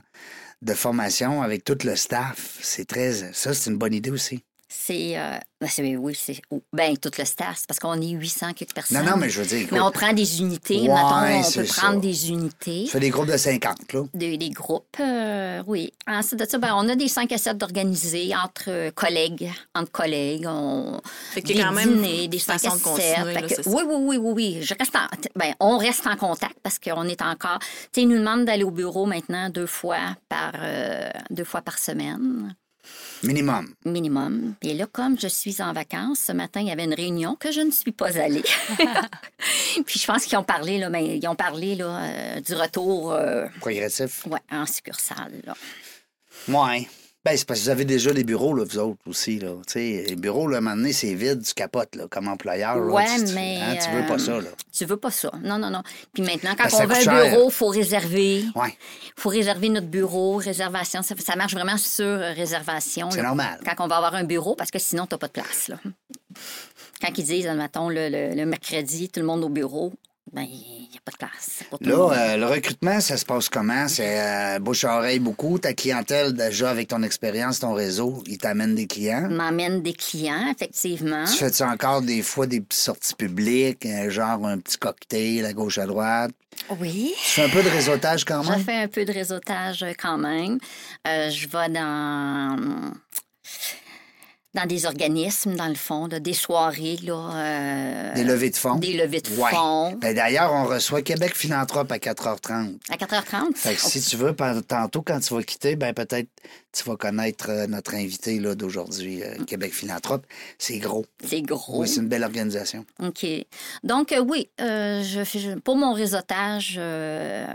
de formation avec tout le staff, c'est très. Ça, c'est une bonne idée aussi. C'est. euh, ben, c'est- oui, c'est. ou- Ben, tout le staff, c'est parce qu'on est 800 quelques personnes. Non, non, mais je veux dire, écoute, Mais on prend des unités, Ouais, mettons, on c'est peut ça. prendre des unités, tu fais des groupes de 50, là. de- des groupes, euh, oui. Ensuite de ça, ben, on a des 5 à 7 d'organiser entre euh, collègues, entre collègues, on... Fait qu'il y a des quand même dîners, des une façon 5 à de continuer, 7, fait là, que- c'est ça. oui, oui, oui, oui, oui, je reste en... ben, on reste en contact parce qu'on est encore, tu sais, ils nous demandent d'aller au bureau maintenant deux fois par, euh, deux fois par semaine Minimum. minimum. Et là, comme je suis en vacances, ce matin, il y avait une réunion que je ne suis pas allée. *laughs* Puis je pense qu'ils ont parlé, là, mais ils ont parlé là, euh, du retour euh, Progressif. ouais, en succursale. là. Ouais. Ben, c'est parce que vous avez déjà des bureaux, là, vous autres aussi, là. Tu sais, les bureaux, là, à un moment donné, c'est vide, tu capotes, là, comme employeur. là. Ouais, Tu- tu- mais, hein, tu veux euh, pas ça, là. Tu veux pas ça. Non, non, non. Puis maintenant, quand Ben, ça on veut coûte un cher. bureau, il faut réserver. Ouais. faut réserver notre bureau, réservation. Ça, ça marche vraiment sur euh, réservation. C'est là, normal. Quand on va avoir un bureau, parce que sinon, tu n'as pas de place. Là. Quand ils disent, admettons, le, le- le mercredi, tout le monde au bureau, ben il n'y a pas de place. pour tout le monde. Là, euh, le recrutement, ça se passe comment? C'est euh, bouche à oreille beaucoup. Ta clientèle, déjà, avec ton expérience, ton réseau, il t'amène des clients. m'emmène des clients, effectivement. Tu fais-tu encore des fois des petites sorties publiques, euh, genre un petit cocktail à gauche à droite? Oui. Tu fais un peu de réseautage quand Je même? fais un peu de réseautage euh, quand même. Euh, je vais dans dans des organismes, dans le fond, là, des soirées, là, euh, Des levées de fonds? des levées de Ouais. fonds. Ben, D'ailleurs, on reçoit Québec Philanthrope à 4h30. À 4h30. Fait que si tu veux, pen- tantôt, quand tu vas quitter, ben peut-être tu vas connaître euh, notre invité là, d'aujourd'hui, euh, Mm. Québec Philanthrope. C'est gros. C'est gros. Oui, c'est une belle organisation. OK. Donc, euh, oui, euh, je, fais- je- pour mon réseautage, euh,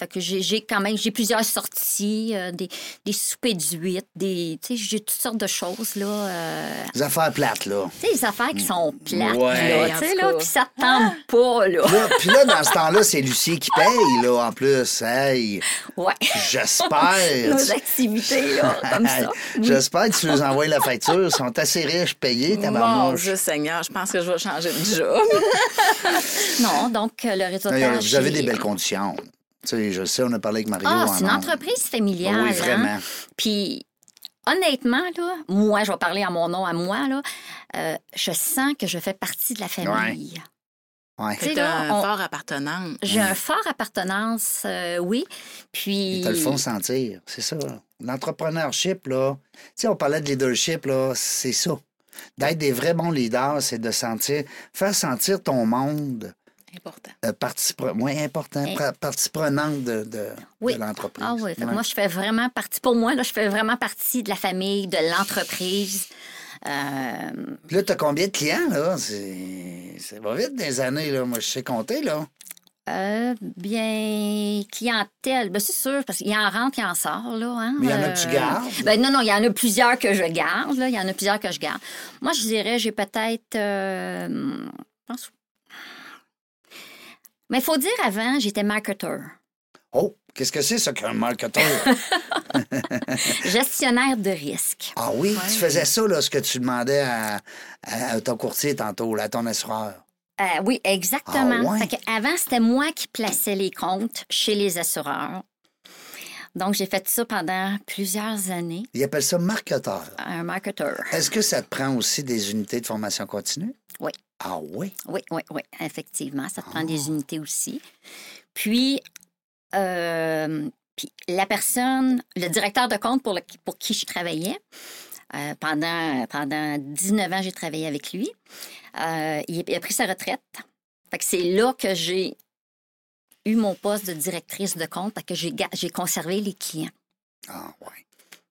fait que j'ai j'ai quand même j'ai plusieurs sorties, euh, des, des soupers d'huîtres, des. Tu sais, j'ai toutes sortes de choses, là. euh, Des affaires plates, là. Tu sais, les affaires qui sont plates, Ouais. là, tu sais, En tout là, cas. puis ça te tente pas, là. Là, Puis là, dans ce temps-là, c'est Lucie qui paye, là, en plus. Hey, *laughs* Ouais. j'espère. Nos activités, là, comme ça. *laughs* J'espère que tu nous envoies la facture. Ils sont assez riches, payés, ta Mon Dieu Seigneur, je pense que je vais changer de job. Non, donc, euh, le réseautage... Vous avez des c'est- belles conditions. Tu sais, je sais, on a parlé avec Mario. Ah, en c'est une ondes. Ben entreprise familiale. Oui, hein. vraiment. Puis, honnêtement, là, moi, je vais parler à mon nom, à moi, là, euh, je sens que je fais partie de la famille. Ouais. Mm. Tu sais, C'est là, un on- fort appartenant. J'ai un fort appartenance, euh, oui. Puis. Ils te le font sentir. C'est ça. L'entrepreneurship, là. Tu sais, on parlait de leadership, là. C'est ça. D'être des vrais bons leaders, c'est de sentir, faire sentir ton monde Important. euh, partie, pre- ouais, important, Eh. pra- partie prenante de, de- Oui. de l'entreprise. Ah oui, fait que Ouais. moi, je fais vraiment partie, pour moi, là, je fais vraiment partie de la famille, de l'entreprise. Euh, Puis là, t'as combien de clients, là? C'est- Ça va vite des années, là. Moi, je sais compter, là. euh, bien, clientèle, ben, c'est sûr, parce qu'il en rentre, il en sort, là. hein. Mais il y en a que tu gardes? Ben, non, non, il y en a plusieurs que je garde, là. Il y en a plusieurs que je garde. Moi, je dirais, j'ai peut-être. euh, je pense- Mais il faut dire avant, j'étais marketeur, Oh, qu'est-ce que c'est, ça, qu'un *laughs* marketeur? gestionnaire de risque. ah oui, Ouais. tu faisais ça, là, ce que tu demandais à, à- à ton courtier tantôt, là, à ton assureur. Euh, oui, exactement. Ah ouais? Fait que avant, c'était moi qui plaçais les comptes chez les assureurs. Donc, j'ai fait ça pendant plusieurs années, Il appelle ça marketeur. un marketeur. Est-ce que ça te prend aussi des unités de formation continue? Oui. Ah oui? Oui, oui, oui, effectivement. Ça te prend des unités aussi. Puis, euh, puis la personne, le directeur de compte pour, le- pour qui je travaillais, euh, pendant, pendant 19 ans, j'ai travaillé avec lui. Euh, il, il a pris sa retraite. Fait que c'est là que j'ai eu mon poste de directrice de compte, fait que j'ai ga- j'ai conservé les clients. Ah oui.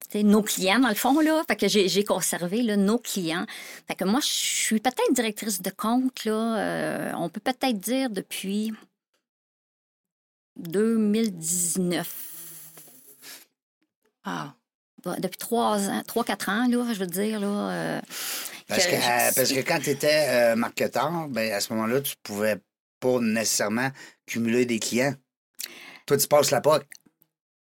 Tu sais, nos clients, dans le fond, là. Fait que j'ai j'ai conservé là, nos clients. Fait que moi, je suis peut-être directrice de compte, là. euh, on peut peut-être dire depuis 2019. Ah. Bon, Depuis trois ans, trois, quatre ans, là, je veux dire, là. euh, Parce que, que je- euh, parce que quand tu étais marketeur, ben, à ce moment-là, tu pouvais pas nécessairement cumuler des clients. Toi, tu passes la POC.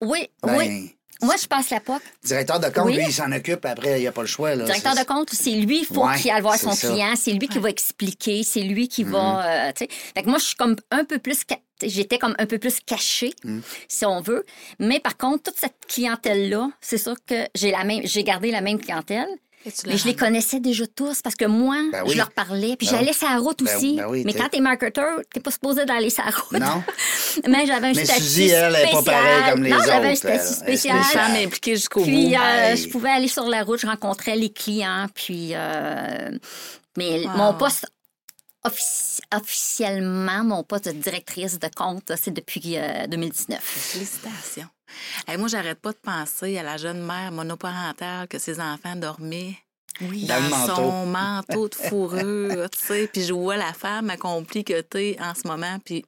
Oui, Ben, oui. Moi, je passe la POC. Directeur de compte, Oui. lui, il s'en occupe. Après, il n'y a pas le choix. Là, Directeur C'est- de compte, c'est lui, il faut Ouais, qu'il aille voir c'est son ça. Mm-hmm. client. C'est lui qui va expliquer. C'est lui qui va. euh, tu sais. fait que moi, je suis comme un peu plus ca- j'étais comme un peu plus cachée, Mm. si on veut. Mais par contre, toute cette clientèle-là, c'est sûr que j'ai la même, j'ai gardé la même clientèle. Et tu Mais je les ramènes. connaissais déjà tous parce que moi, Ben oui. je leur parlais, puis Ben j'allais oui. sur la route Ben- aussi. ben oui, mais t'es- quand t'es marketeur, t'es pas supposé d'aller sur la route. Non. *laughs* mais j'avais un Mais statut Suzy, elle, elle est pas spécial. pareille comme les non, j'avais un autres, elle. statut Elle est spécial. spéciale. Femme impliquée jusqu'au bout. Puis euh, ben, Hey. je pouvais aller sur la route, je rencontrais les clients, puis euh, mais Wow. mon poste offici- officiellement, mon poste de directrice de compte, c'est depuis euh, 2019. Félicitations. Hey, moi, j'arrête pas de penser à la jeune mère monoparentale que ses enfants dormaient Oui. Dans le manteau. son manteau de fourrure, tu sais. Puis je vois la femme accomplie que t'es en ce moment. Puis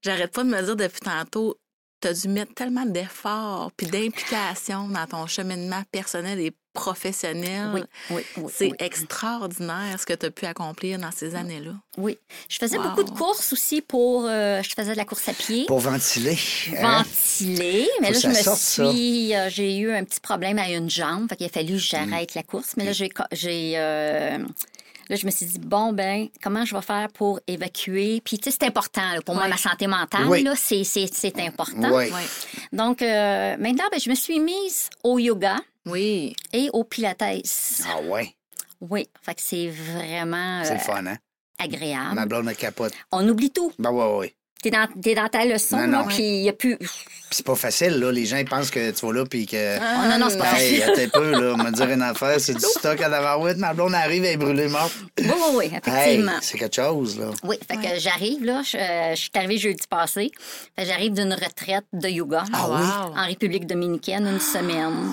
j'arrête pas de me dire depuis tantôt, t'as dû mettre tellement d'efforts puis d'implication dans ton cheminement personnel et professionnel. Oui, oui, oui, Ah. C'est oui. extraordinaire ce que tu as pu accomplir dans ces années-là. Oui. Je faisais Wow. beaucoup de courses aussi pour. euh, je faisais de la course à pied. Pour ventiler. hein? ventilée, mais Faut que là, je ça me sorte, ça. suis. euh, j'ai eu un petit problème à une jambe. Fait qu'il a fallu que j'arrête la course. Mais là, j'ai. co- j'ai, euh, là, je me suis dit, bon, ben, comment je vais faire pour évacuer? Puis, tu sais, c'est important. là, pour moi, Ouais. ma santé mentale, Oui. là, c'est, c'est, c'est important. Oui. Oui. Donc, euh, maintenant, ben, je me suis mise au yoga Oui. et au pilates. Ah ouais, Oui. Fait que c'est vraiment c'est le euh, fun, hein? agréable. Ma blonde elle capote. On oublie tout. Ben ouais, ouais. T'es dans, t'es dans ta leçon, Non, là, non. puis il n'y a plus... Puis c'est pas facile, là. Les gens, ils pensent que tu vas là, puis que... Oh, non, non, c'est pas Hey, facile. attends un peu, là. On va *laughs* dire une affaire. C'est du stock à Davarwit. Ma blonde arrive, elle est brûlée morte. Oui, oui, oui, Hey, effectivement. c'est quelque chose, là. Oui, fait que j'arrive, là, je, euh, je suis arrivée jeudi passé. Fait que j'arrive d'une retraite de yoga Ah, en- wow. en République dominicaine, une semaine.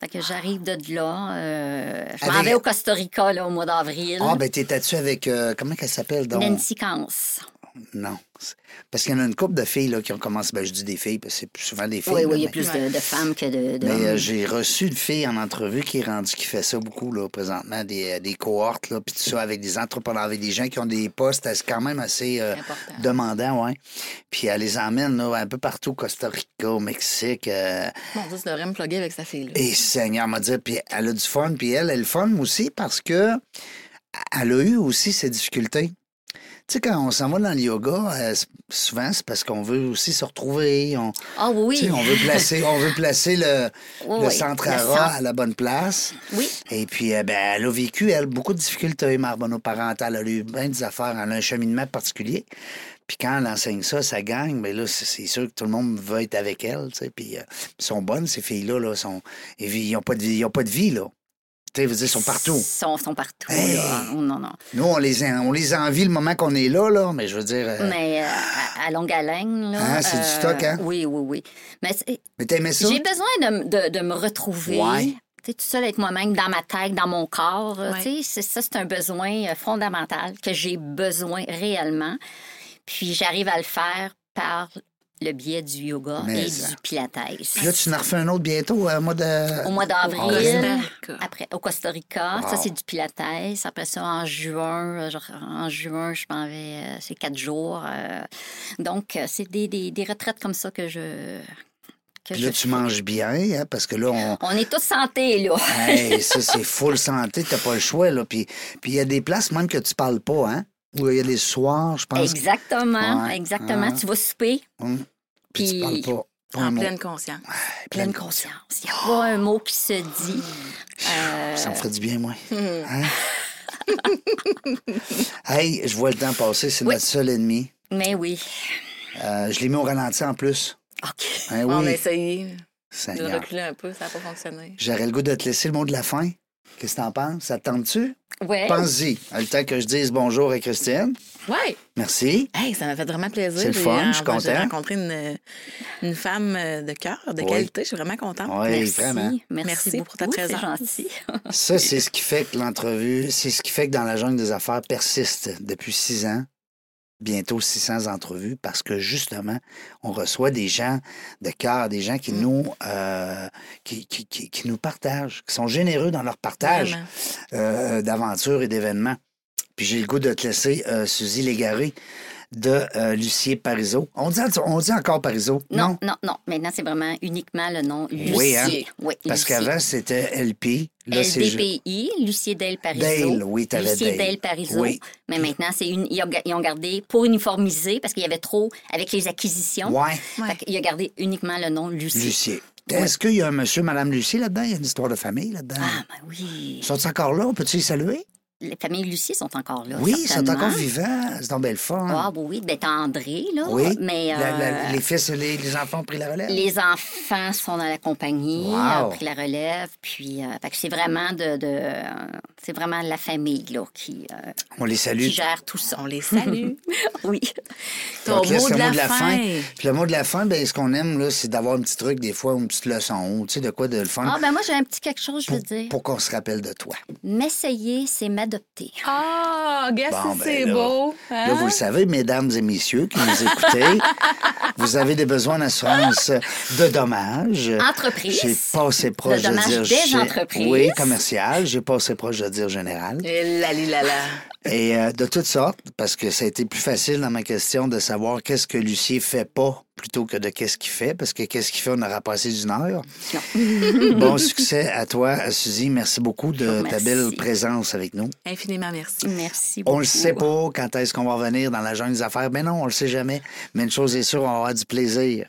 Fait que j'arrive de là. euh, je m'en Avec- vais au Costa Rica, là, au mois d'avril. Ah, ben, t'étais-tu avec. euh, comment qu'elle s'appelle, donc? Nancy Cance. Non. C'est- Parce qu'il y en a une couple de filles, là, qui ont commencé. Ben, je dis des filles, parce que c'est plus souvent des filles. Oui, là, oui, il y a mais- plus de, de femmes que de... de- Mais euh, j'ai reçu une fille en entrevue qui est rendue, qui fait ça beaucoup, là, présentement, des, euh, des cohortes, là, puis tout ça, avec des entrepreneurs, avec des gens qui ont des postes euh, c'est quand même assez euh, Important. demandants, ouais. Puis elle les emmène, là, un peu partout, Costa Rica, au Mexique. euh, Mon Dieu, tu devrais me plugger avec sa fille-là. et Seigneur m'a dit, puis elle a du fun, puis elle, elle a le fun aussi parce que elle a eu aussi ses difficultés. Tu sais, quand on s'en va dans le yoga, euh, c'est- souvent, c'est parce qu'on veut aussi se retrouver. On, Ah euh, tu oui, sais, on veut placer, on veut placer le, *laughs* Oui, le oui, centre le à ras centre. à la bonne place. oui. Et puis, euh, ben, elle a vécu, elle, beaucoup de difficultés, mère monoparentale. Elle a eu bien des affaires, elle a un cheminement particulier. Puis quand elle enseigne ça, ça gagne. Mais là, c'est- c'est sûr que tout le monde veut être avec elle. tu sais. Puis, euh, elles sont bonnes, ces filles-là. Là, sont... et puis, ils n'ont pas, de vie- ils ont pas de vie, là. Tu sais, je veux dire, ils sont partout. Ils sont, sont partout, Hey. là. Oh, Non, non. Nous, on les, en- on les envie le moment qu'on est là, là. Mais je veux dire... euh, Mais euh, à, à longue haleine, là... euh, Hein, c'est du stock, hein? Oui, oui, oui. Mais c'est- Mais t'aimais ça? J'ai besoin de, m- de- de me retrouver. Ouais. Tu sais, tout seul avec moi-même, dans ma tête, dans mon corps. euh, Ouais. tu sais, c'est- Ça, c'est un besoin euh, fondamental que j'ai besoin réellement. Puis j'arrive à le faire par le biais du yoga Mais et ça. du pilates. Puis là, tu en refais un autre bientôt, euh, moi, de... Au mois Au d'avril, Costa Rica. après au Costa Rica, ça Wow. c'est du pilates. Après ça, en juin, euh, genre, en juin, je m'en vais, euh, c'est quatre jours. euh, donc, euh, c'est des, des- des retraites comme ça que je. Que Puis là, je Ah. tu fais. manges bien, hein, parce que là, on... On est tous santé, là. Hey, ça, c'est full santé, t'as pas le choix, là. Puis puis il y a des places même que tu parles pas, hein? Où il y a des soirs, je pense, Exactement, Ouais, exactement. ouais. Tu vas souper, hum, puis tu puis- parles pas. Pas un En mot. pleine conscience. pleine conscience. Il n'y a pas un mot qui se dit. Ah. Euh, Hmm. Ça me ferait du bien, moi. Hein? *laughs* hey, je vois le temps passer, c'est Oui. notre seul ennemi. mais oui. Euh, je l'ai mis au ralenti en plus. OK. Hein, On a oui, essayé de Seigneur. reculer un peu, ça n'a pas fonctionné. J'aurais le goût de te laisser le mot de la fin. Qu'est-ce que t'en penses? Ça te tente-tu? Ouais. Pense-y. Le temps que je dise bonjour à Christiane. Oui! Merci. Hey, ça m'a fait vraiment plaisir. C'est le J'ai- fun, je en- suis content. J'ai rencontré une, une femme euh, de cœur, de Oui. qualité. Je suis vraiment contente. Oui, Merci. vraiment. Merci, Merci beaucoup pour ta c'est présence. gentil. Ça, c'est ce qui fait que l'entrevue, c'est ce qui fait que dans la jungle des affaires persiste depuis six ans, bientôt 600 entrevues, parce que justement, on reçoit des gens de cœur, des gens qui, Mm. nous, euh, qui, qui- qui- qui nous partagent, qui sont généreux dans leur partage Vraiment. euh, d'aventures et d'événements. Puis j'ai le goût de te laisser, euh, Suzy Légaré, de euh, Lucier Parizeau. On dit, on dit encore Parizeau? Non, non, non, Maintenant, c'est vraiment uniquement le nom Lucier. Oui, hein? Oui, Parce Lucier. qu'avant, c'était LP. Là, c'est ju- LDPI, Lucier Del Parizeau. Dale, oui, t'avais Lucier Dale. Del Parizeau. Oui. Mais maintenant, c'est une, ils, ont, ga- ils ont gardé pour uniformiser parce qu'il y avait trop avec les acquisitions. Ouais, Ouais. Fait qu'il a gardé uniquement le nom Lucier. Lucier. Est-ce qu'il y a un monsieur, madame Lucier là-dedans? Il y a une histoire de famille là-dedans? Ah, ben oui. Ils sont encore là? On peut-tu les saluer? Les familles Lucier sont encore là. Oui, ils sont certainement. encore vivants. C'est donc belle forme. Ah, oui, oui, d'être André, là. oui. Mais. La- la- euh, les fils, les, les enfants ont pris la relève. Les enfants sont dans la compagnie, Wow. ont pris la relève, puis euh, fait que c'est vraiment de, de, euh, c'est vraiment la famille là, qui, euh, On les salue. qui gère tout ça. *laughs* On les salue. Oui. Ton Donc là, mot c'est de le la, fin. Puis le mot de la fin, ben, ce qu'on aime, là, c'est d'avoir un petit truc, des fois, ou une petite leçon, tu sais, de quoi de le fun, Ah ben moi j'ai un petit quelque chose je veux pour, dire. pour qu'on se rappelle de toi. M'essayer, c'est m'adopter. Ah, regarde Bon, si ben c'est là. beau. Là, hein? vous le savez, mesdames et messieurs qui nous *laughs* écoutez, vous avez des besoins d'assurance de dommages. Entreprise. J'ai passé proche de, dommages dire... des gé- entreprises. Oui, commercial. J'ai passé proche de dire général. Et Eh, la, li, la, la. Et euh, de toutes sortes, parce que ça a été plus facile dans ma question de savoir qu'est-ce que Lucier fait pas plutôt que de qu'est-ce qu'il fait, parce que qu'est-ce qu'il fait, on aura passé d'une heure. bon succès à toi, Suzy. Merci beaucoup de ta remercie. belle présence avec nous. Infiniment merci. Merci beaucoup. hein. On le sait pas quand est-ce qu'on va revenir dans la jungle des affaires. Ben non, on le sait jamais. Mais une chose est sûre, on va avoir du plaisir.